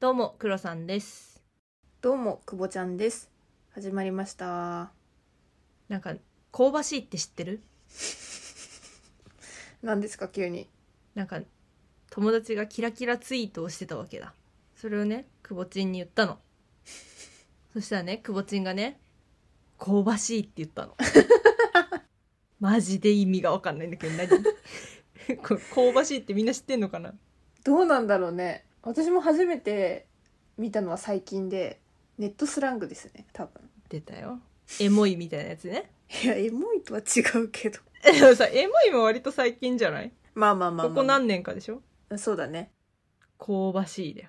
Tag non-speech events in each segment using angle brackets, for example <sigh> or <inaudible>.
どうも、クロさんです。どうも、くぼちゃんです。始まりました。なんか、香ばしいって知ってる何ですか、急に。なんか、友達がキラキラツイートをしてたわけだ。それをね、くぼちんに言 <laughs> ったの。そしたらね、くぼちんがね、香ばしいって言 <laughs> ったの。マジで意味がわかんないんだけど、 <laughs> 何これ香ばしいってみんな知ってんのかなどうなんだろうね。私も初めて見たのは最近で、ネットスラングですね、多分。出たよ。エモいみたいなやつ <laughs> ね。いや、エモいとは違うけど。でもさ、エモいも割と最近じゃないまあまあまあ、まあ、ここ何年かでしょそうだね。香ばしいだよ。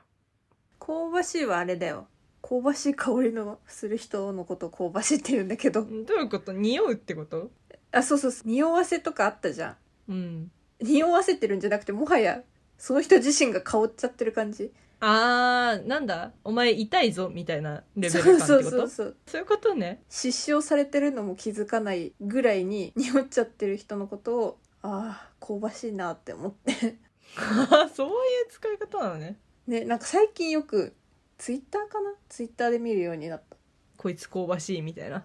香ばしいはあれだよ。香ばしい香りのする人のことを香ばしいって言うんだけど。どういうこと匂うってことあ、そうそうそう。匂わせとかあったじゃうん。ん。匂わせてるんじゃなくて、もはや、その人自身が香っちゃってる感じ。あー、なんだお前痛いぞみたいなレベそルう感ってことそそううそうそう。いうことね。 <laughs> 失笑されてるのも気づかないぐらいに匂っちゃってる人のことをああ香ばしいなって思って <laughs> あーそういう使い方なのね。ねなんか最近よくツイッターかなツイッターで見るようになったこいつ香ばしいみたいな。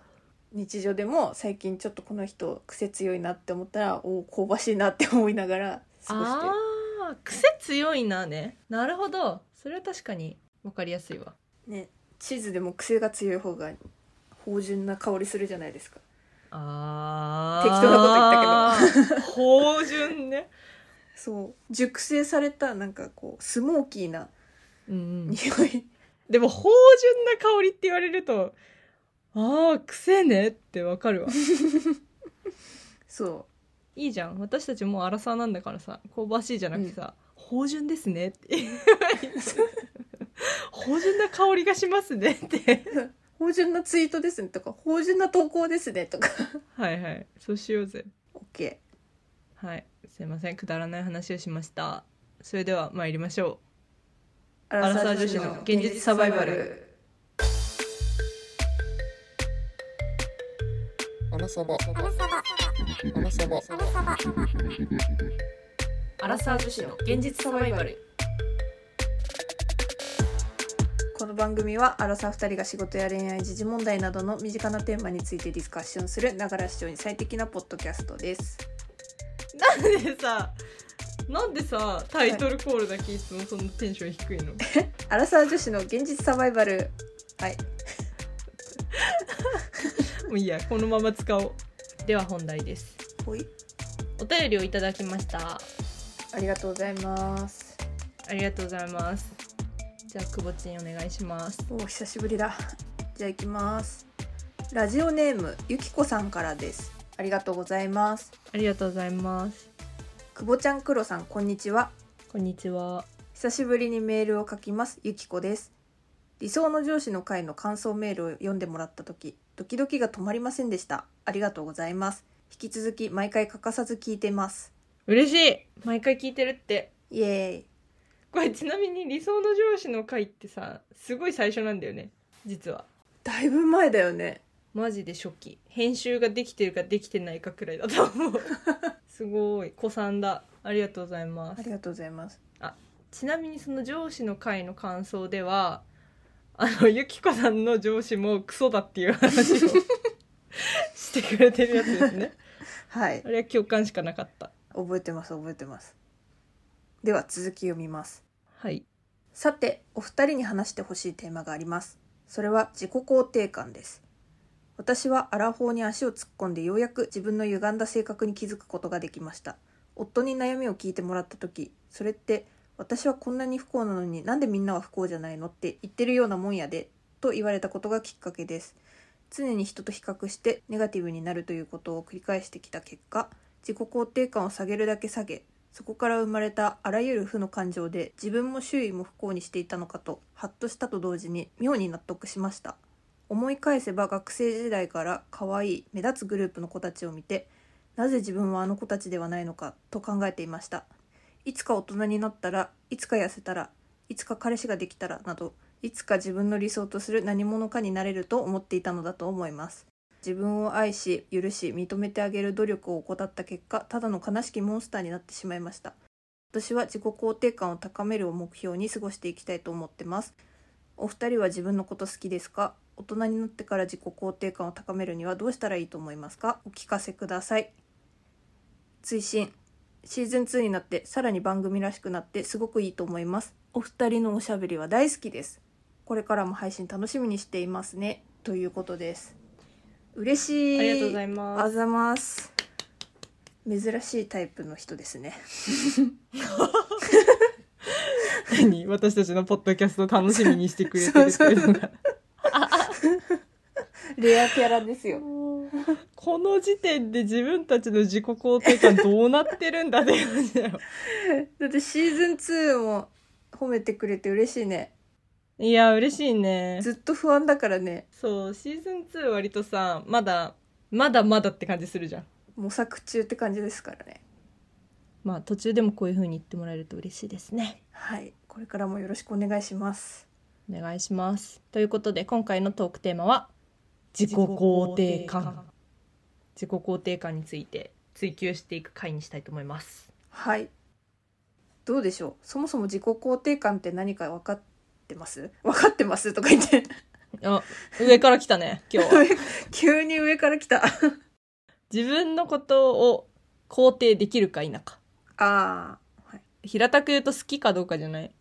日常でも最近ちょっとこの人癖強いなって思ったらおお香ばしいなって思いながら過ごしてるあー、癖強いなね。なるほど。それは確かに分かりやすいわ。ねチーズでも癖が強い方が芳醇な香りするじゃないですかあー。適当こなと言ったけど。芳醇ね。そう熟成されたなんかこうスモーキーなうん匂。いでも、芳醇な香りって言われると、あー、癖ねって分かるわ。そういいじゃん私たちもうアラサーなんだからさ香ばしいじゃなくてさ、芳醇ですねって芳醇な香りがしますねって芳醇なツイートですねとか芳醇な投稿ですねとかはいはいそうしようぜ OK はいすいませんくだらない話をしましたそれでは参りましょアラサー女子の現実サバイバルアラサバ。アラサバ。アラサバ。うアラサー女子の現実サバイバルこの番組はアラサー2人が仕事や恋愛時事問題などの身近なテーマについてディスカッションするながら視聴に最適なポッドキャストですなんでさなんでさタイトルコールだけいつもそんなテンション低いのアラサー女子の現実サバイバルはいもういいやこのまま使おうでは本題ですほいお便りをいただきましたありがとうございますありがとうございます。じゃあ、くぼちんお願いします。お久しぶりだじゃあ行きますラジオネームゆきこさんからですありがとうございますありがとうございます。くぼちゃんくろさんこんにちはこんにちは。久しぶりにメールを書きますゆきこです理想の上司の会の感想メールを読んでもらった時ドキドキが止まりませんでしたありがとうございます引き続き毎回欠かさず聞いてます嬉しい毎回聞いてるって。イエーイこれちなみに理想の上司の回ってさ、すごい最初なんだよね。実は。だいぶ前だよねマジで初期。編集ができてるかできてないかくらいだと <laughs> 思う。すごい。子さんだ。ありがとうございまあすり。がとうございますちなみにその上司の回の感想では、あの、ゆきこさんの上司もクソだっていう <laughs> 話をしてくれてるやつですね。はいあれは共感しかなかった。覚えてます覚えてますでは続き読みますはい。さてお二人に話してほしいテーマがありますそれは自己肯定感です私はアラフォーに足を突っ込んでようやく自分の歪んだ性格に気づくことができました夫に悩みを聞いてもらった時それって私はこんなに不幸なのになんでみんなは不幸じゃないのって言ってるようなもんやでと言われたことがきっかけです常に人と比較してネガティブになるということを繰り返してきた結果自己肯定感を下げるだけ下げそこから生まれたあらゆる負の感情で自分も周囲も不幸にしていたのかとハッとしたと同時に妙に納得しました思い返せば学生時代から可愛い目立つグループの子たちを見てなぜ自分はあの子たちではないのかと考えていましたいつか大人になったらいつか痩せたらいつか彼氏ができたらなどいつか自分の理想とする何者かになれると思っていたのだと思います自分を愛し許し認めてあげる努力を怠った結果ただの悲しきモンスターになってしまいました私は自己肯定感を高めるを目標に過ごしていきたいと思ってますお二人は自分のこと好きですか大人になってから自己肯定感を高めるにはどうしたらいいと思いますかお聞かせください追伸シーズン2になってさらに番組らしくなってすごくいいと思いますお二人のおしゃべりは大好きですこれからも配信楽しみにしていますねということです嬉しいありがとうございありがとうまございます珍しいタイプの人ですねす何私たちのポッドキャスト楽しみにしてくれてるっていうのがレアキャラですよこの時点で自分たちの自己肯定感どうなってるんだって感じだよだってシーズン2も褒めてくれて嬉しいねいや嬉しいねずっと不安だからねそうシーズン2割とさまだまだまだって感じするじゃん模索中って感じですからねまあ途中でもこういう風に言ってもらえると嬉しいですねはいこれからもよろしくお願いしますお願いしますということで今回のトークテーマは自己肯定感自己肯定感について追求していく回にしたいと思いますはいどうでしょうそもそも自己肯定感って何か分かってます分かってますとか言ってあ上から来たね今日は <laughs> 急に上から来た <laughs> 自分のことを肯定できるか否かあー、はい、平たく言うと好きかどうかじゃない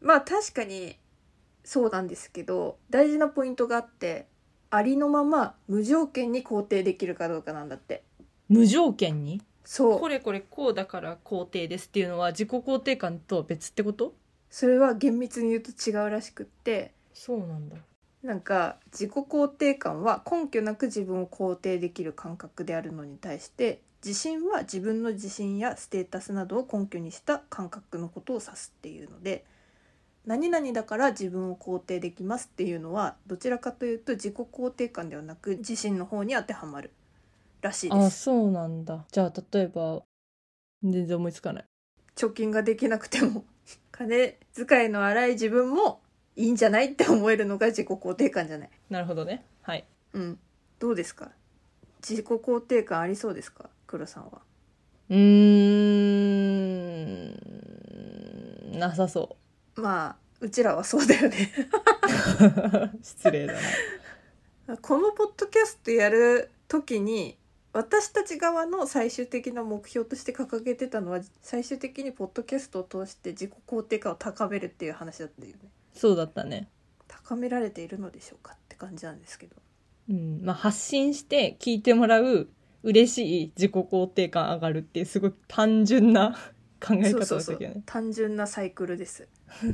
まあ確かにそうなんですけど大事なポイントがあってありのまま無条件に肯定できるかどうかなんだって無条件にそうこれこれこうだから肯定ですっていうのは自己肯定感とは別ってことそれは厳密に言うと違うらしくってそうなんだなんか自己肯定感は根拠なく自分を肯定できる感覚であるのに対して自信は自分の自信やステータスなどを根拠にした感覚のことを指すっていうので何々だから自分を肯定できますっていうのはどちらかというと自己肯定感ではなく自信の方に当てはまるらしいであすそうなんだじゃあ例えば全然思いつかない貯金ができなくても <laughs> 金遣いの荒い自分もいいんじゃないって思えるのが自己肯定感じゃないなるほどねはいうん、どうですか自己肯定感ありそうですか黒さんはうーんなさそうまあうちらはそうだよね <laughs> 失礼だな <laughs> このポッドキャストやる時に私たち側の最終的な目標として掲げてたのは最終的にポッドキャストを通して自己肯定感を高めるっていう話だったよねそうだったね高められているのでしょうかって感じなんですけどうんまあ発信して聞いてもらう嬉しい自己肯定感上がるっていうすごい単純な考えそう方そだったうそけどねう単純なサイクルです <laughs>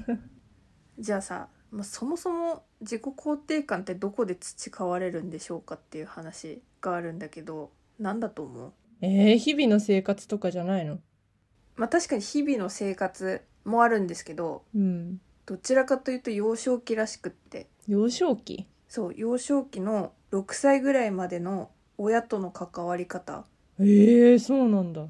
じゃあさ、まあ、そもそも自己肯定感ってどこで培われるんでしょうかっていう話があるんだけど何だと思うえー、日々の生活とかじゃないのまあ確かに日々の生活もあるんですけどうんどちらかというと幼少期らしくって幼少期そう幼少期の6歳ぐらいまでの親との関わり方えー、そうなんだ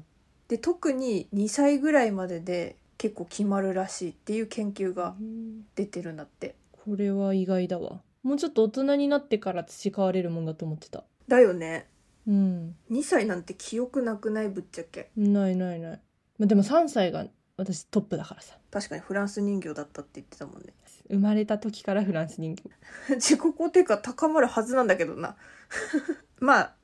で特に2歳ぐらいまでで結構決まるらしいっていう研究がうん出てるんだってこれは意外だわもうちょっと大人になってから培われるもんだと思ってただよねうん2歳なんて記憶なくないぶっちゃけないないない、まあ、でも3歳が私トップだからさ確かにフランス人形だったって言ってたもんね <laughs> 生まれた時からフランス人形自己肯定感高まるはずなんだけどな <laughs> まあ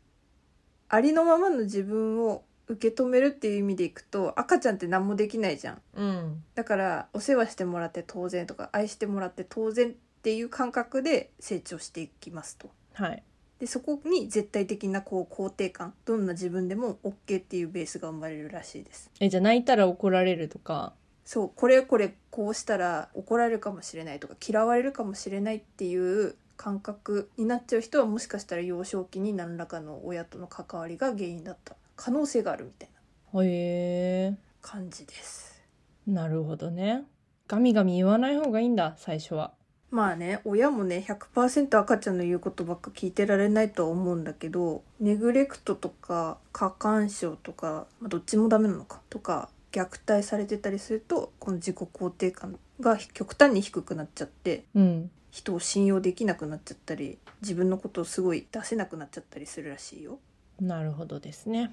ありのままの自分を受け止めるっていう意味でいくと赤ちゃんって何もできないじゃんうんだからお世話してもらって当然とか愛してもらって当然っていう感覚で成長していきますとはいでそこに絶対的なこう肯定感どんな自分でも OK っていうベースが生まれるらしいですえじゃあ泣いたら怒られるとかそうこれこれこうしたら怒られるかもしれないとか嫌われるかもしれないっていう感覚になっちゃう人はもしかしたら幼少期に何らかの親との関わりが原因だった可能性があるみたいなへえ感じですなるほどねガミガミ言わない方がいいんだ最初はまあね親もね100%赤ちゃんの言うことばっか聞いてられないとは思うんだけどネグレクトとか過干渉とか、まあ、どっちもダメなのかとか虐待されてたりするとこの自己肯定感が極端に低くなっちゃってうん人を信用できなくなっちゃったり自分のことをすごい出せなくなっちゃったりするらしいよなるほどですね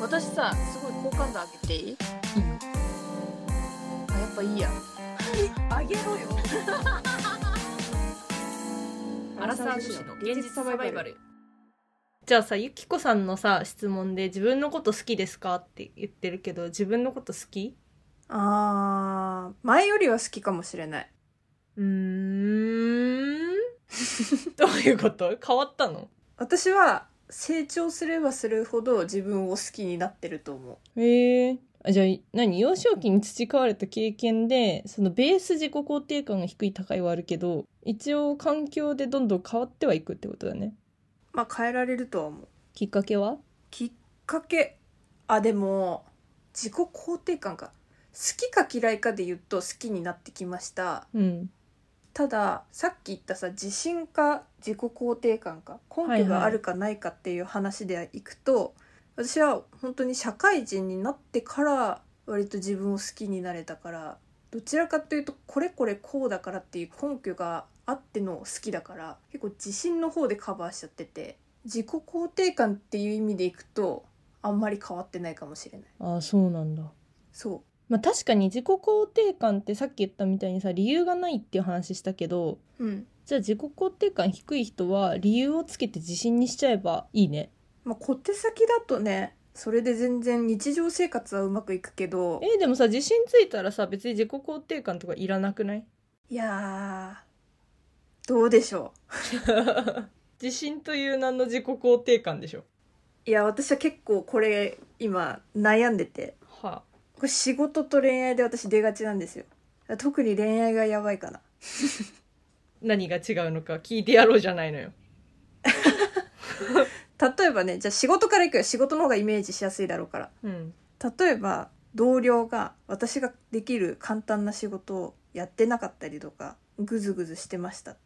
私さすごい好感度上げていいあやっぱい <laughs> いやあげろよアアララササー女子ー女子のの現現実実ササババイイババルルじゃあさゆきこさんのさ質問で自分のこと好きですかって言ってるけど自分のこと好きあー前よりは好きかもしれないうーん <laughs> どういうこと変わったの私は成長すればするほど自分を好きになってると思うへえあじゃあ何幼少期に培われた経験でそのベース自己肯定感が低い高いはあるけど一応環境でどんどん変わってはいくってことだねまあ変えられるとは思うきっかけはきっかけあでも自己肯定感か好きか嫌いかで言うと好きになってきましたうんたださっき言ったさ自信か自己肯定感か根拠があるかないかっていう話でいくと、私は本当に社会人になってから割と自分を好きになれたからどちらかというとこれこれこうだからっていう根拠があっての好きだから結構自信の方でカバーしちゃってて自己肯定感っていう意味でいくとあんまり変わってないかもしれない。ああそうなんだそうまあ確かに自己肯定感ってさっき言ったみたいにさ理由がないっていう話したけどうんじゃあ自己肯定感低い人は理由をつけて自信にしちゃえばいいねまあ、小手先だとねそれで全然日常生活はうまくいくけどえーでもさ自信ついたらさ別に自己肯定感とかいらなくない <laughs> いやーどうでしょ自信という名の自己肯定感でしょういや私は結構これ今悩んでてはこれ仕事と恋愛で私出がちなんですよ特に恋愛がやばいかな何が違うのか聞いてやろうじゃないのよ例えばねじゃあ仕事からいくよ仕事の方がイメージしやすいだろうからうん例えば同僚が私ができる簡単な仕事をやってなかったりとかグズグズしてました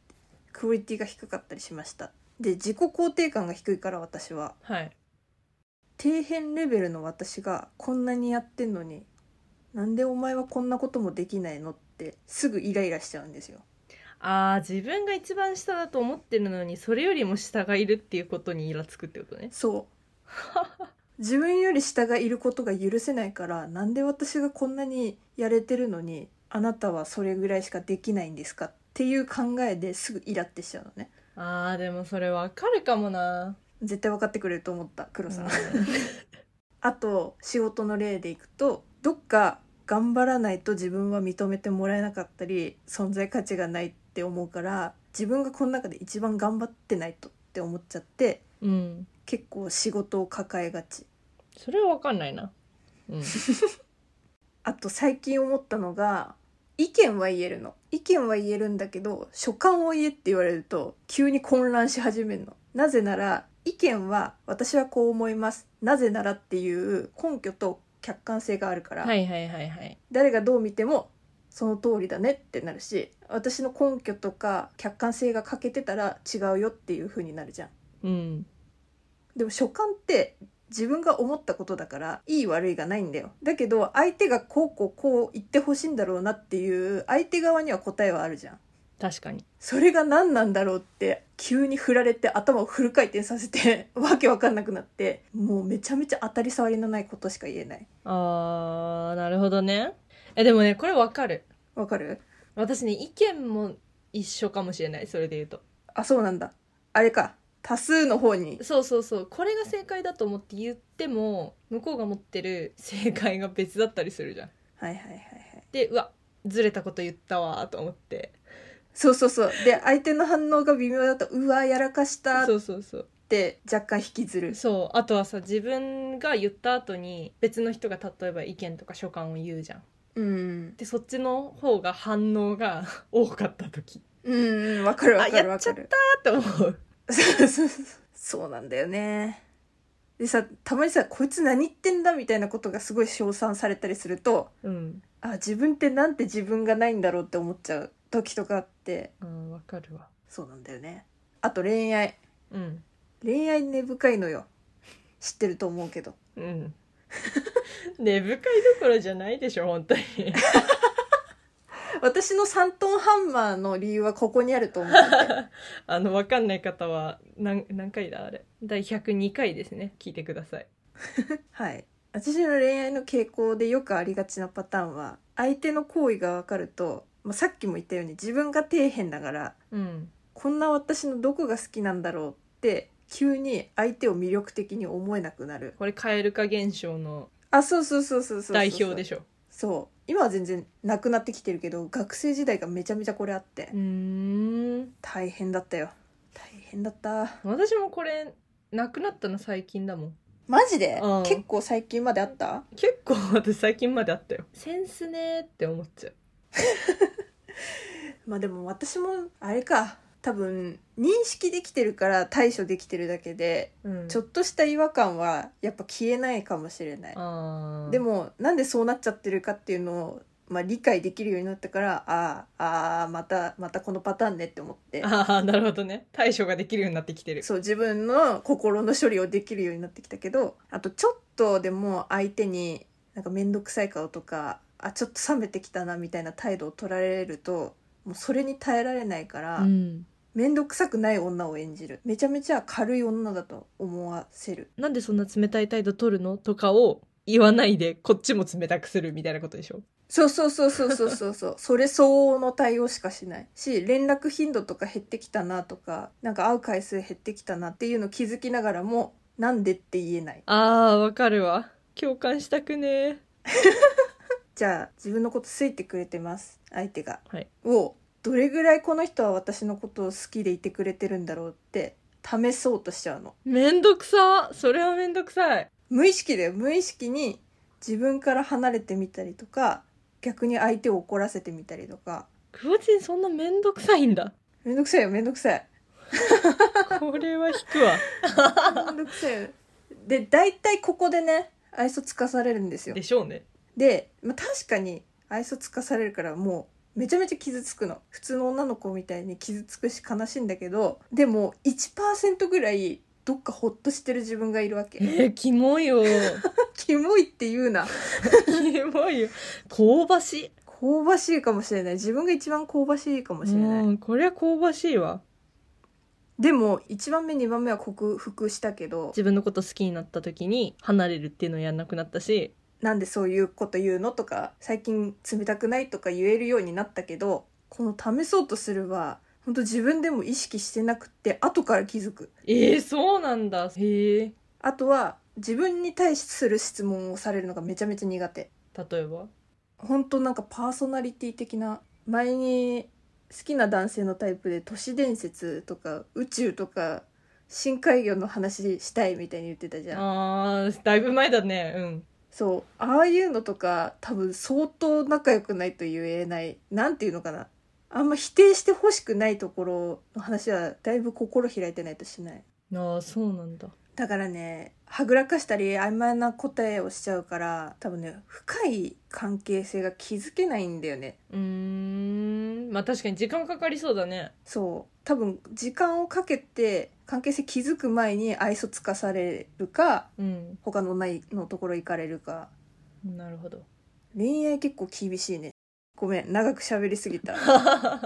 クオリティが低かったりしましたで自己肯定感が低いから私ははい底辺レベルの私がこんなにやってんのになんでお前はこんなこともできないのってすぐイライラしちゃうんですよあー自分が一番下だと思ってるのにそれよりも下がいるっていうことにイラつくってことねそう自分より下がいることが許せないからなんで私がこんなにやれてるのにあなたはそれぐらいしかできないんですかっていう考えですぐイラってしちゃうのねあーでもそれわかるかもな絶対分かってくれると思った黒さん、うんあと仕事の例でいくとどっか頑張らないと自分は認めてもらえなかったり存在価値がないって思うから自分がこの中で一番頑張ってないとって思っちゃってうん結構仕事を抱えがちそれはわかんないなうんあと最近思ったのが意見は言えるの意見は言えるんだけど所感を言えって言われると急に混乱し始めるのなぜなら意見は私はこう思いますなぜならっていう根拠と客観性があるから、はいはいはいはい誰がどう見てもその通りだねってなるし私の根拠とか客観性が欠けてたら違うよっていう風になるじゃんうんでも所感って自分が思ったことだからいい悪いがないんだよだけど相手がこうこうこう言ってほしいんだろうなっていう相手側には答えはあるじゃん確かにそれが何なんだろうって急に振られて頭をフル回転させて <laughs> わけわかんなくなってもうめちゃめちゃ当たり障りのないことしか言えないあーなるほどねえでもねこれわかるわかる私ね意見も一緒かもしれないそれで言うとあそうなんだあれか多数の方にそうそうそうこれが正解だと思って言っても向こうが持ってる正解が別だったりするじゃんはいはいはいはいでうわずれたこと言ったわと思ってそうそうそうで相手の反応が微妙だとうわやらかしたっそうそうそうて若干引きずるそうあとはさ自分が言った後に別の人が例えば意見とか所感を言うじゃんうんでそっちの方が反応が <laughs> 多かった時うんうんわかるわかるあやわっちかゃっるあって思うそうそうそう <laughs> そうなんだよねでさたまにさ「こいつ何言ってんだ」みたいなことがすごい称賛されたりするとうんあ自分ってなんて自分がないんだろうって思っちゃう時とかあってうんわかるわそうなんだよねあと恋愛うん恋愛根深いのよ知ってると思うけどうん <laughs> 根深いどころじゃないでしょ本当に私の3トンハンマーの理由はここにあると思ってて <laughs> あの、わかんない方は、何、何回だあれ。第102回ですね。聞いてください。はい。私の恋愛の傾向でよくありがちなパターンは相手の行為が分かると、まあ、さっきも言ったように自分が底辺だからうんこんな私のどこが好きなんだろうって急に相手を魅力的に思えなくなるこれ蛙化現象のあそうそうそうそうそうそう代表でしょそう今は全然なくなってきてるけど学生時代がめちゃめちゃこれあってうーん大変だったよ大変だった私もこれなくなったの最近だもんマジでうん結構最近まであった結構私最近まであったよセンスねーって思っちゃうまあでも私もあれか多分認識できてるから対処できてるだけで、うん、ちょっとした違和感はやっぱ消えないかもしれない、あーでもなんでそうなっちゃってるかっていうのを、まあ、理解できるようになったからあーあーまたまたこのパターンねって思ってああなるほどね対処ができるようになってきてるそう自分の心の処理をできるようになってきたけどあとちょっとでも相手になんか面倒くさい顔とかあちょっと冷めてきたなみたいな態度を取られるともうそれに耐えられないから、ん、面倒くさくない女を演じるめちゃめちゃ軽い女だと思わせるなんでそんな冷たい態度取るのとかを言わないでこっちも冷たくするみたいなことでしょそうそうそうそうそうそうそう <laughs> それ相応の対応しかしないし連絡頻度とか減ってきたなとかなんか会う回数減ってきたなっていうの気づきながらもなんでって言えないあーわかるわ共感したくねーじゃあ自分のこと好いてくれてます相手が、はいをどれぐらいこの人は私のことを好きでいてくれてるんだろうって試そうとしちゃうのめんどくさそれはめんどくさい無意識だよ無意識に自分から離れてみたりとか逆に相手を怒らせてみたりとかクボチンそんなめんどくさいんだめんどくさいよめんどくさいこれは引く <laughs> わめんどくさいよで大体ここでね愛想つかされるんですよでしょうねで、まあ、確かに愛想つかされるからもうめちゃめちゃ傷つくの普通の女の子みたいに傷つくし悲しいんだけどでも1%ぐらいどっかホッとしてる自分がいるわけえー、キモいよキモいって言うな <laughs> キモいよ香ばしい香ばしいかもしれない自分が一番香ばしいかもしれない、うんこれは香ばしいわでも1番目2番目は克服したけど自分のこと好きになった時に離れるっていうのをやんなくなったしなんでそういうこと言うのとか最近冷たくないとか言えるようになったけどこの試そうとするは本当自分でも意識してなくって後から気づくえー、そうなんだへえあとは自分に対する質問をされるのがめちゃめちゃ苦手例えば本当なんかパーソナリティ的な前に好きな男性のタイプで都市伝説とか宇宙とか深海魚の話したいみたいに言ってたじゃんあーだいぶ前だねうんそうああいうのとか多分相当仲良くないと言えないなんていうのかなあんま否定してほしくないところの話はだいぶ心開いてないとしないああそうなんだだからねはぐらかしたり曖昧な答えをしちゃうから多分ね深い関係性が築けないんだよねうーんまあ確かに時間かかりそうだねそう多分時間をかけて関係性築く前に愛想つかされるかうん他の女のところ行かれるかなるほど恋愛結構厳しいねごめん長く喋りす <laughs> ぎた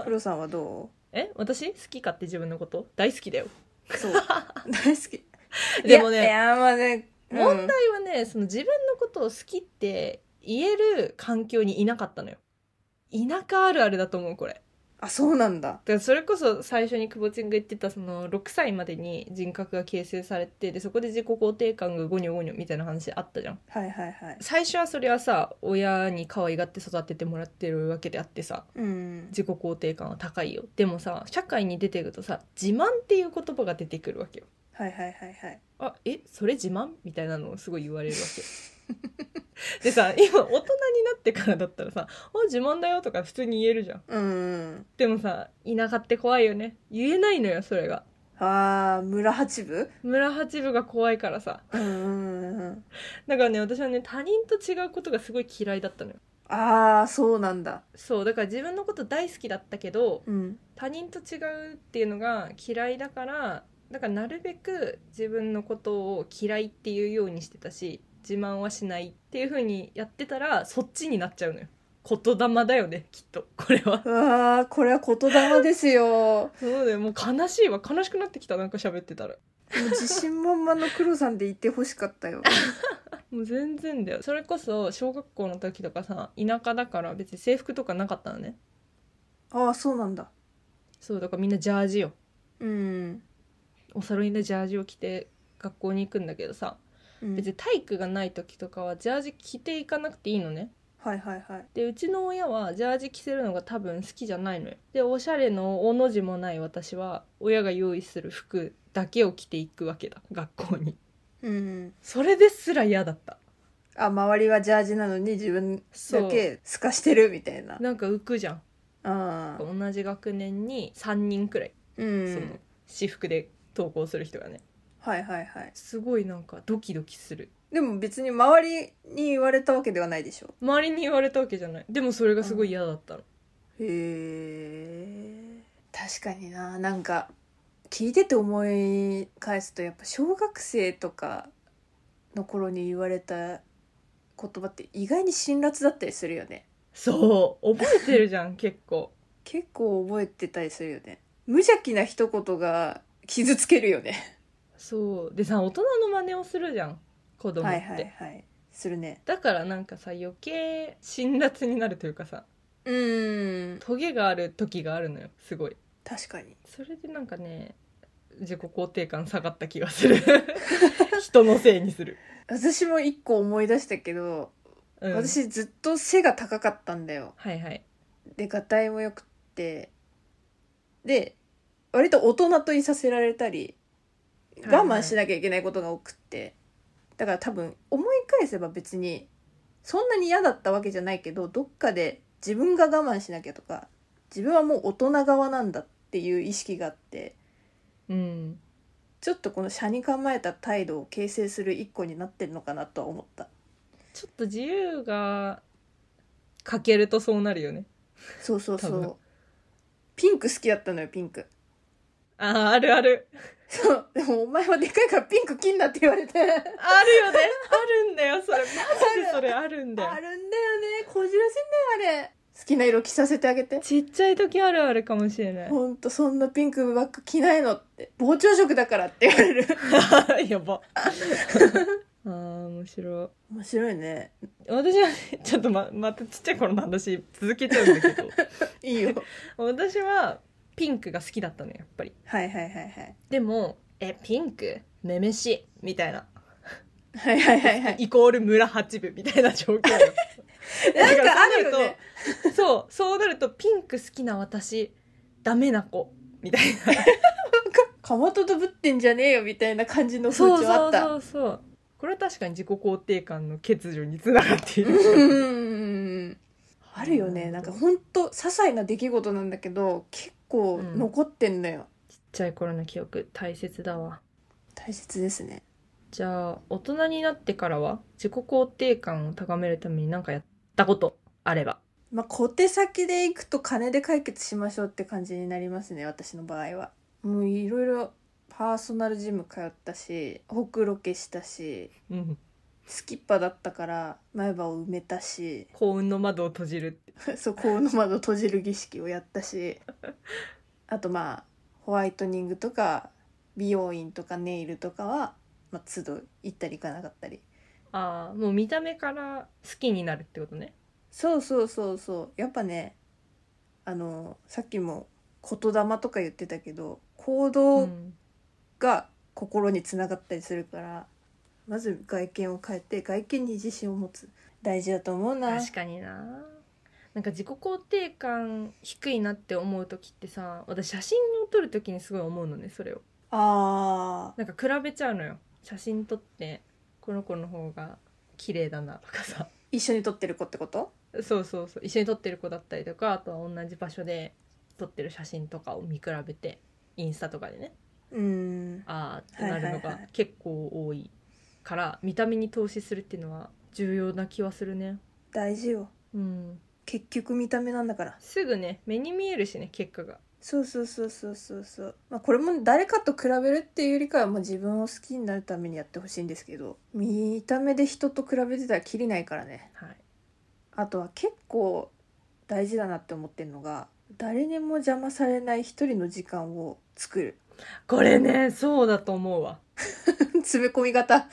黒さんはどえ私好きかって自分のこと大好きだよ <laughs> うそう大好きでもねいやいやまあね、うん問題はねその自分のことを好きって言える環境にいなかったのよ田舎あるあるだと思うこれあそうなんだだからそれこそ最初に久保ちんが言ってたその6歳までに人格が形成されてでそこで自己肯定感がゴニョゴニョみたいな話あったじゃんはいはいはい最初はそれはさ親に可愛がって育ててもらってるわけであってさうん自己肯定感は高いよでもさ社会に出てるとさ自慢っていう言葉が出てくるわけよはいはいはいはいあえそれ自慢みたいなのをすごい言われるわけでさ今大人になってからだったらさ「あ自慢だよ」とか普通に言えるじゃんうんでもさ田舎って怖いよね言えないのよそれがあー村八部村八分が怖いからさうんうんうんうんだからね私はね他人と違うことがすごい嫌いだったのよああそうなんだそうだから自分のこと大好きだったけどうん他人と違うっていうのが嫌いだからだからなるべく自分のことを嫌いっていうようにしてたし自慢はしないっていう風にやってたらそっちになっちゃうのよ言霊だよねきっとこれはうわーこれは言霊ですよそうだよもう悲しいわ悲しくなってきたなんか喋ってたらもう自信満々の黒さんでいてほしかったよもう全然だよそれこそ小学校の時とかさ田舎だから別に制服とかなかったのねああそうなんだそうだからみんなジャージようん、お揃いのジャージを着て学校に行くんだけどさうん、別に体育がない時とかはジャージ着ていかなくていいのねはいはいはいでうちの親はジャージ着せるのが多分好きじゃないのよでおしゃれのおの字もない私は親が用意する服だけを着ていくわけだ学校にうんそれですら嫌だったあ周りはジャージなのに自分そだうけ透かしてるみたいななんか浮くじゃんああ同じ学年に3人くらい、うそのん私服で登校する人がねはいはいはいすごいなんかドキドキするでも別に周りに言われたわけではないでしょ周りに言われたわけじゃないでもそれがすごい嫌だったの、へえ確かにななんか聞いてて思い返すとやっぱ小学生とかの頃に言われた言葉って意外に辛辣だったりするよねそう覚えてるじ <laughs> ゃん結構結構覚えてたりするよね無邪気な一言が傷つけるよねそうでさ大人の真似をするじゃん子供って、はいはいはいするねだからなんかさ余計辛辣になるというかさうーんトゲがある時があるのよすごい確かにそれでなんかね自己肯定感下がった気が <laughs> する人のせいにする、私も一個思い出したけど、うん、私ずっと背が高かったんだよはいはいでがたいもよくってで割と大人といさせられたりはいはい我慢しなきゃいけないことが多くって、だから多分思い返せば別にそんなに嫌だったわけじゃないけどどっかで自分が我慢しなきゃとか自分はもう大人側なんだっていう意識があってうんちょっとこの車に構えた態度を形成する一個になってるのかなとは思ったちょっと自由が欠けるとそうなるよねそうそうそ多分うピンク好きだったのよピンクあーあるあるそう <laughs> でもお前はでかいからピンク金だって言われてあるよねあるんだよそれマジでそれあるんだよあるんだよねこじらせんだよあれ好きな色着させてあげてちっちゃい時あるあるかもしれないほんとそんなピンクばっか着ないのって膨張色だからって言われる <laughs> やば <laughs> あー面白い面白いね私はねちょっとままたちっちゃい頃の話続けちゃうんだけどいいよ私はピンクが好きだったのよやっぱりはいはいはいはいでもえピンクめめしいみたいな、はいはいはいはい <laughs> イコール村八分みたいな状況なんかあるよねそうなるとそうそうなるとピンク好きな私ダメな子みたいなかまととぶってんじゃねえよみたいな感じの風そう潮あそっうたそうそうこれは確かに自己肯定感の欠如につながってい <laughs> るうん <laughs> あるよねなんかほんと些細な出来事なんだけど結構残ってんだよ、ちっちゃい頃の記憶大切だわ大切ですねじゃあ大人になってからは自己肯定感を高めるために何かやったことあればまあ、小手先で行くと金で解決しましょうって感じになりますね私の場合はもういろいろパーソナルジム通ったしほくろけしたしうんスキッパだったから前歯を埋めたし幸運の窓を閉じるって <laughs> そう幸の窓閉じる儀式をやったしあとまあホワイトニングとか美容院とかネイルとかは、まあ、都度行ったり行かなかったりああもう見た目から好きになるってことねそうそうそうそうやっぱねあのさっきも言霊とか言ってたけど行動ん、が心につながったりするから、まず外見を変えて外見に自信を持つ大事だと思うな確かにななんか自己肯定感低いなって思う時ってさ私写真を撮る時にすごい思うのねそれをあなんか比べちゃうのよ写真撮ってこの子の方が綺麗だなとかさー一緒に撮ってる子ってことそうそうそう一緒に撮ってる子だったりとかあとは同じ場所で撮ってる写真とかを見比べてインスタとかでねうんああってなるのはいはいがはい結構多いから、見た目に投資するっていうのは重要な気はするね大事ようん結局見た目なんだからすぐね目に見えるしね結果がそうそうそうそうそうそうまあこれも誰かと比べるっていうよりかはもう自分を好きになるためにやってほしいんですけど見た目で人と比べてたらきりないからねはいあとは結構大事だなって思ってるのが誰にも邪魔されない一人の時間を作る <laughs> これねそうだと思うわ詰め込み型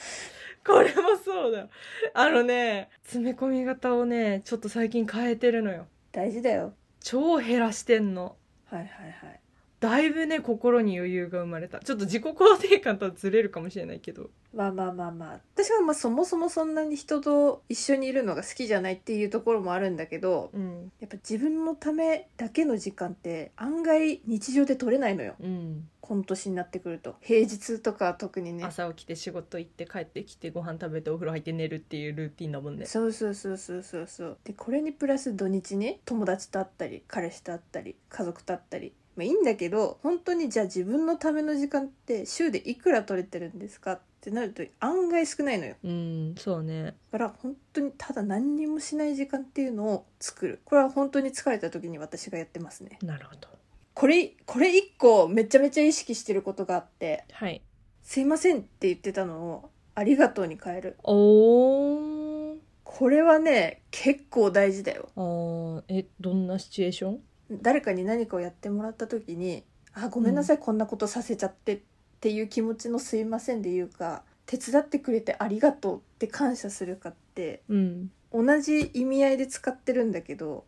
これもそうだよあのね詰め込み型をねちょっと最近変えてるのよ大事だよ超減らしてんのはいはいはいだいぶね心に余裕が生まれたちょっと自己肯定感とはずれるかもしれないけどまあまあまあまあ私はまあそもそもそんなに人と一緒にいるのが好きじゃないっていうところもあるんだけどうんやっぱ自分のためだけの時間って案外日常で取れないのようん、今年になってくると平日とか特にね朝起きて仕事行って帰ってきてご飯食べてお風呂入って寝るっていうルーティンだもんねそうそうそうそうそうそうでこれにプラス土日に友達と会ったり彼氏と会ったり家族と会ったりまあいいんだけど本当にじゃあ自分のための時間って週でいくら取れてるんですかってなると案外少ないのようんそうねだから本当にただ何にもしない時間っていうのを作るこれは本当に疲れた時に私がやってますねなるほどこれこれ一個めちゃめちゃ意識してることがあってはい「すいません」って言ってたのを「ありがとう」に変えるおーこれはね結構大事だよあーえどんなシチュエーション誰かに何かをやってもらった時に「あごめんなさい、こんなことさせちゃって」っていう気持ちの「すいません」で言うか「手伝ってくれてありがとう」って感謝するかってうん同じ意味合いで使ってるんだけど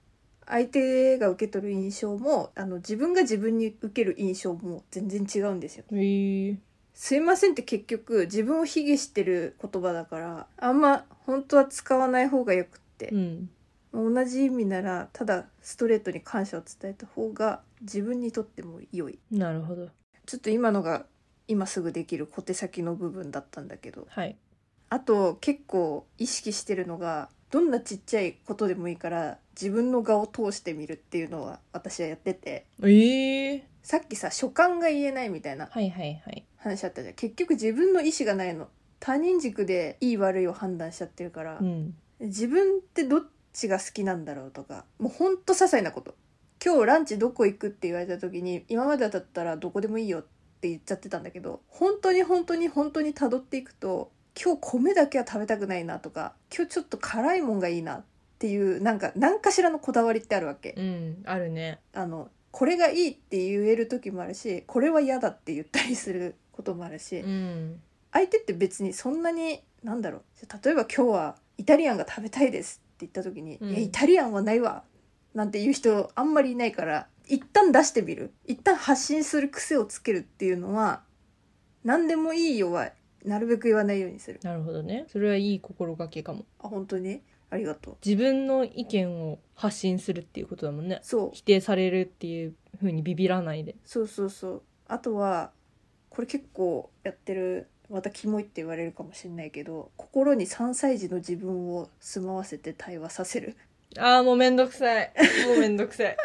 相手が受け取る印象もあの自分が自分に受ける印象も全然違うんですよ。えー、すいませんって結局自分を卑下してる言葉だからあんま本当は使わない方がよくってう、ん同じ意味ならただストレートに感謝を伝えた方が自分にとっても良いなるほどちょっと今のが今すぐできる小手先の部分だったんだけどはいあと結構意識してるのがどんなちっちゃいことでもいいから自分の顔を通してみるっていうのは私はやっててえー、さっきさ所感が言えないみたいなはいはいはい話あったじゃん結局自分の意思がないの他人軸でいい悪いを判断しちゃってるから、うん自分ってどっちが好きなんだろうとかもうほんと些細なこと今日ランチどこ行くって言われた時に今までだったらどこでもいいよって言っちゃってたんだけど本当に本当に本当に辿っていくと今日米だけは食べたくないなとか今日ちょっと辛いもんがいいなっていうなんか何かしらのこだわりってあるわけ、うんあるねあのこれがいいって言える時もあるしこれは嫌だって言ったりすることもあるし、うん相手って別にそんなになんだろう例えば今日はイタリアンが食べたいですって言った時に「うんいやイタリアンはないわ」なんて言う人あんまりいないから一旦出してみる一旦発信する癖をつけるっていうのは何でもいいよはなるべく言わないようにするなるほどねそれはいい心がけかもあ本当にありがとう自分の意見を発信するっていうことだもんねそう否定されるっていう風にビビらないでそうそうそうあとはこれ結構やってるまたキモいって言われるかもしれないけど心に3歳児の自分を住まわせて対話させるああもうめんどくさい <laughs> もうめんどくさい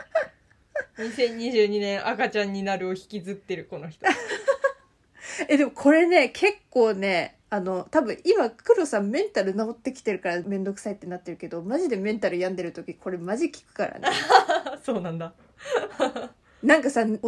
2022年赤ちゃんになるを引きずってるこの人 <laughs> えでもこれね結構ねあの多分今黒さんメンタル治ってきてるから面倒くさいってなってるけどマジでメンタル病んでる時これマジ効くからね <laughs> そうなんだなんかさ大人に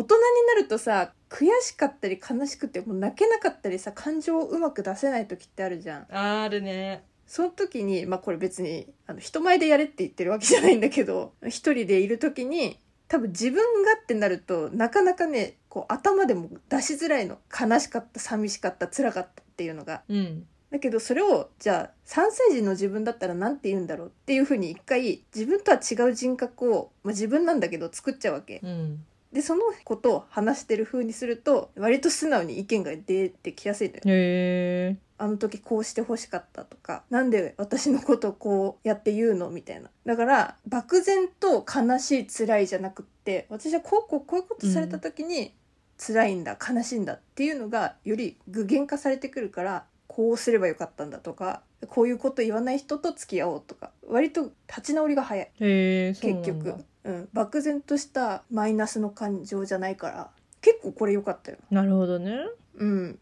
なるとさ悔しかったり悲しくてもう泣けなかったりさ感情をうまく出せない時ってあるじゃんあーあるねその時にまあこれ別にあの人前でやれって言ってるわけじゃないんだけど一人でいる時に多分自分がってなるとなかなかねこう頭でも出しづらいの悲しかった寂しかった辛かったっていうのがうんだけどそれをじゃあ3歳児の自分だったら何て言うんだろうっていうふうに一回自分とは違う人格を、まあ、自分なんだけど作っちゃうわけうんでそのことを話してる風にすると割と素直に意見が出てきやすいのよへえあの時こうして欲しかったとかなんで私のことをこうやって言うのみたいなだから漠然と悲しい辛いじゃなくって私はこうこうこういうことされた時に辛いんだ悲しいんだっていうのがより具現化されてくるからこうすればよかったんだとかこういうこと言わない人と付き合おうとか割と立ち直りが早いへえそうな結んだ局うん、漠然としたマイナスの感情じゃないから結構これ良かったよなるほどねうん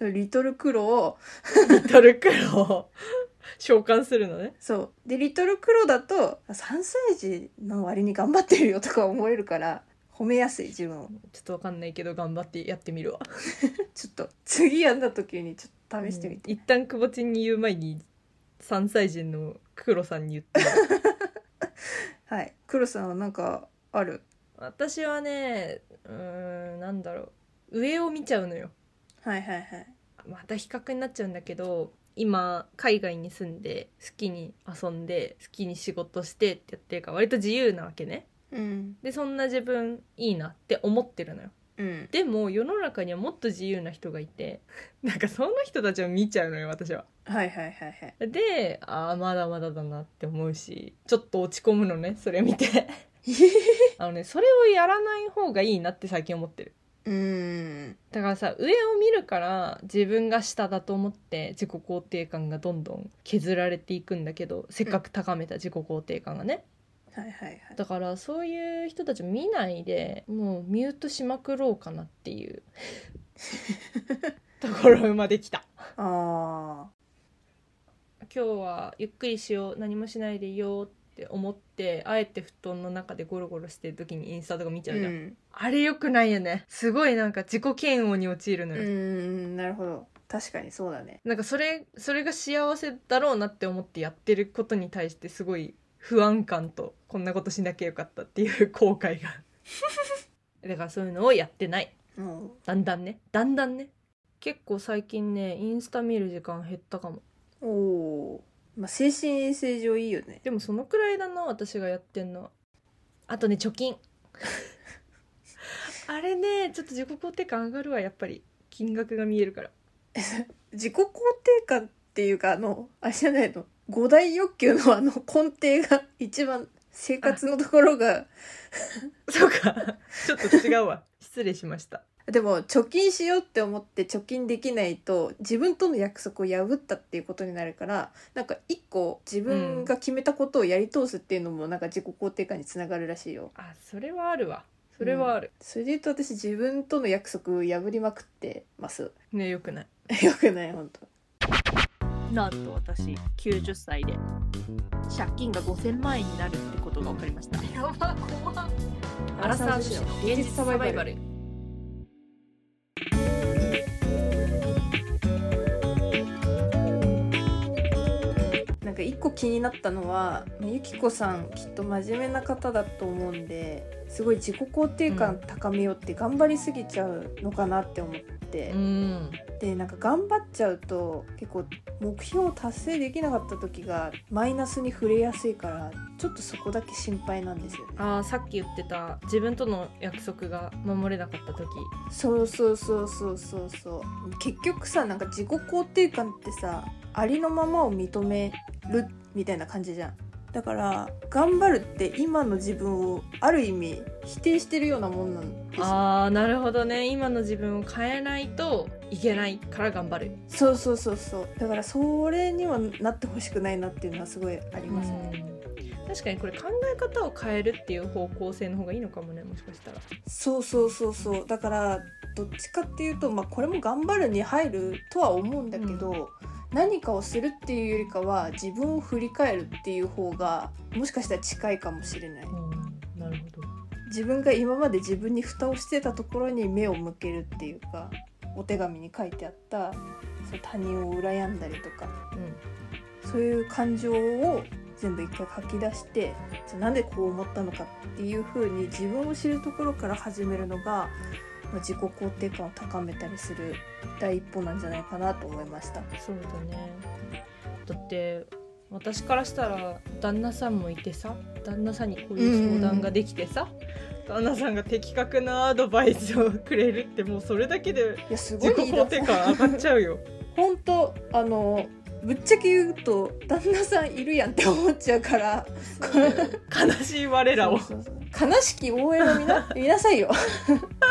リトルクロをリトルクロを召喚するのねそうでリトルクロだとあ3歳児の割に頑張ってるよとか思えるから褒めやすい自分をちょっとわかんないけど頑張ってやってみるわちょっと次やんだ時にちょっと試してみて、うん一旦くぼちんに言う前に3歳児の黒さんに言ってはい黒さんはなんかある私はねうーんなんだろう上を見ちゃうのよはいはいはいまた比較になっちゃうんだけど今海外に住んで好きに遊んで好きに仕事してってやってるから割と自由なわけねうんでそんな自分いいなって思ってるのようんでも世の中にはもっと自由な人がいて <laughs> なんかその人たちを見ちゃうのよ私ははいはいはいはいでああまだまだだなって思うしちょっと落ち込むのねそれ見てあのねそれをやらない方がいいなって最近思ってる <laughs> うーんだからさ上を見るから自分が下だと思って自己肯定感がどんどん削られていくんだけどせっかく高めた自己肯定感がね、はいはいはいだからそういう人たちを見ないでもうミュートしまくろうかなっていう <laughs> ところまで来たあ今日はゆっくりしよう何もしないでいようって思ってあえて布団の中でゴロゴロしてる時にインスタとか見ちあゃううじゃん、んあれよくないよねすごいなんか自己嫌悪に陥るのうよ、んなるほど確かにそうだねなんかそれそれが幸せだろうなって思ってやってることに対してすごい不安感とこんなことしなきゃよかったっていう後悔 <laughs> がだからそういうのをやってないもだんだんねだんだんね結構最近ねインスタ見る時間減ったかもうおおーまあ精神衛生上いいよねでもそのくらいだな私がやってんのはあとね貯 <laughs> 金あれねちょっと自己肯定感上がるわやっぱり金額が見えるから自己肯定感っていうかあのあれじゃないの五大欲求のあの根底が一番生活のところがそうかちょっと違うわ失礼しましたでも貯金しようって思って貯金できないと自分との約束を破ったっていうことになるからなんか一個自分が決めたことをやり通すっていうのもなんか自己肯定感につながるらしいよ。あそれはあるわそれはある、それで言うと私自分との約束を破りまくってます。 <laughs> ねよくないよくない本当。なんと私90歳で借金が5000万円になるってことが分かりましたやば怖アラサー女子の現実サバイバルなんか一個気になったのはまあゆきこさんきっと真面目な方だと思うんですごい自己肯定感高めようって頑張りすぎちゃうのかなって思って。うんでなんか頑張っちゃうと結構目標を達成できなかった時がマイナスに触れやすいからちょっとそこだけ心配なんですよね。あーさっき言ってた自分との約束が守れなかった時そうそうそうそうそうそう結局さなんか自己肯定感ってさありのままを認めるみたいな感じじゃん。だから頑張るって今の自分をある意味否定してるようなもんなんですよああなるほどね今の自分を変えないといけないから頑張るそうそうそうそうだからそれにはなってほしくないなっていうのはすごいありますね。確かにこれ考え方を変えるっていう方向性の方がいいのかもねもしかしたらそうそうそうそうだからどっちかっていうと、まあ、これも頑張るに入るとは思うんだけど、何かをするっていうよりかは自分を振り返るっていう方がもしかしたら近いかもしれないなるほど自分が今まで自分に蓋をしてたところに目を向けるっていうかお手紙に書いてあったそう他人を羨んだりとかうそういう感情を全部一回書き出してじゃあなんでこう思ったのかっていうふうに自分を知るところから始めるのが、まあ、自己肯定感を高めたりする第一歩なんじゃないかなと思いました。んそうだねだって私からしたら旦那さんもいてさ旦那さんにこういう相談ができてさ、旦那さんが的確なアドバイスをくれるってもうそれだけでいやすご自い己肯定感上がっちゃうよ本当あのぶっちゃけ言うと旦那さんいるやんって思っちゃうから悲しい我らをそうそうそう悲しき OL を見な <laughs> 見なさいよ <laughs>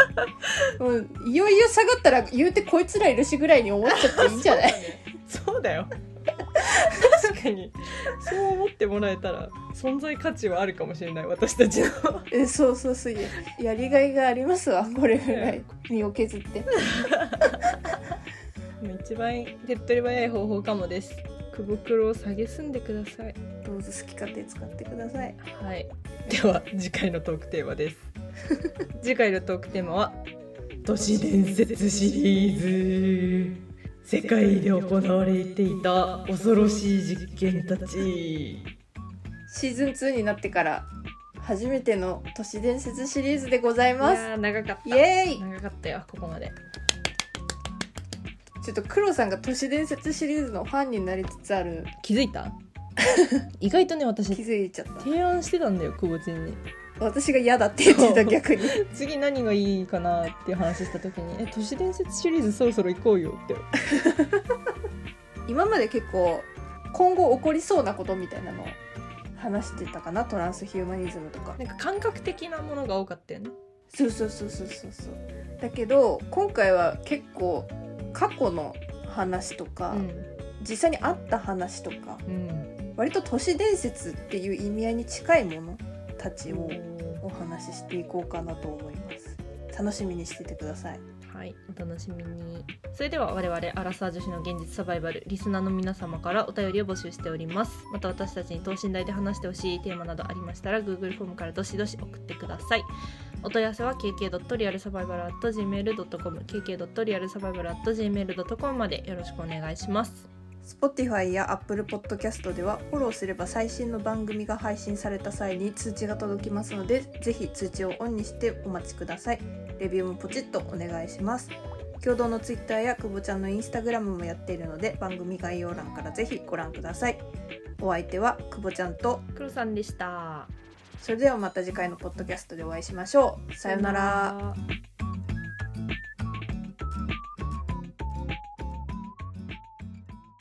もういよいよ下がったら言うてこいつらいるしぐらいに思っちゃっていいんじゃないそうだよ確かにそう思ってもらえたら存在価値はあるかもしれない私たちのえそうそうそうややりがいがありますわこれぐらい身を削って <laughs> 一番手っ取り早い方法かも <laughs> ですくぼくろを下げすんでくださいどうぞ好き勝手使ってくださいはいでは次回のトークテーマです <laughs> 次回のトークテーマは都市伝説シリーズ世界で行われていた恐ろしい実験たちシーズン2になってから初めての都市伝説シリーズでございいますやー長かったイエーイ長かったよここまでちょっと黒さんが都市伝説シリーズのファンになりつつある気づいた <laughs> 意外とね気私づいちゃった提案してたんだよ久保ちんに私が嫌だって言ってたそう逆に次何がいいかなっていう話した時に「え都市伝説シリーズそろそろ行こうよ」って今まで結構今後起こりそうなことみたいなのを話してたかなトランスヒューマニズムとかなんか感覚的なものが多かったよねそうそうそうそうそうそうだけど今回は結構過去の話とか、うん実際にあった話とかうん割と都市伝説っていう意味合いに近いものたちをお話ししていこうかなと思います楽しみにしててくださいはいお楽しみにそれでは我々アラサー女子の現実サバイバルリスナーの皆様からお便りを募集しておりますまた私たちに等身大で話してほしいテーマなどありましたら Google フォームからどしどし送ってくださいお問い合わせは kk.realsurvival.gmail.com kk.realsurvival.gmail.com までよろしくお願いします Spotify や Apple Podcast ではフォローすれば最新の番組が配信された際に通知が届きますのでぜひ通知をオンにしてお待ちくださいレビューもポチッとお願いします共同の Twitter や久保ちゃんの Instagram もやっているので番組概要欄からぜひご覧くださいお相手は久保ちゃんと黒さんでしたそれではまた次回のポッドキャストでお会いしましょうさようなさらよなら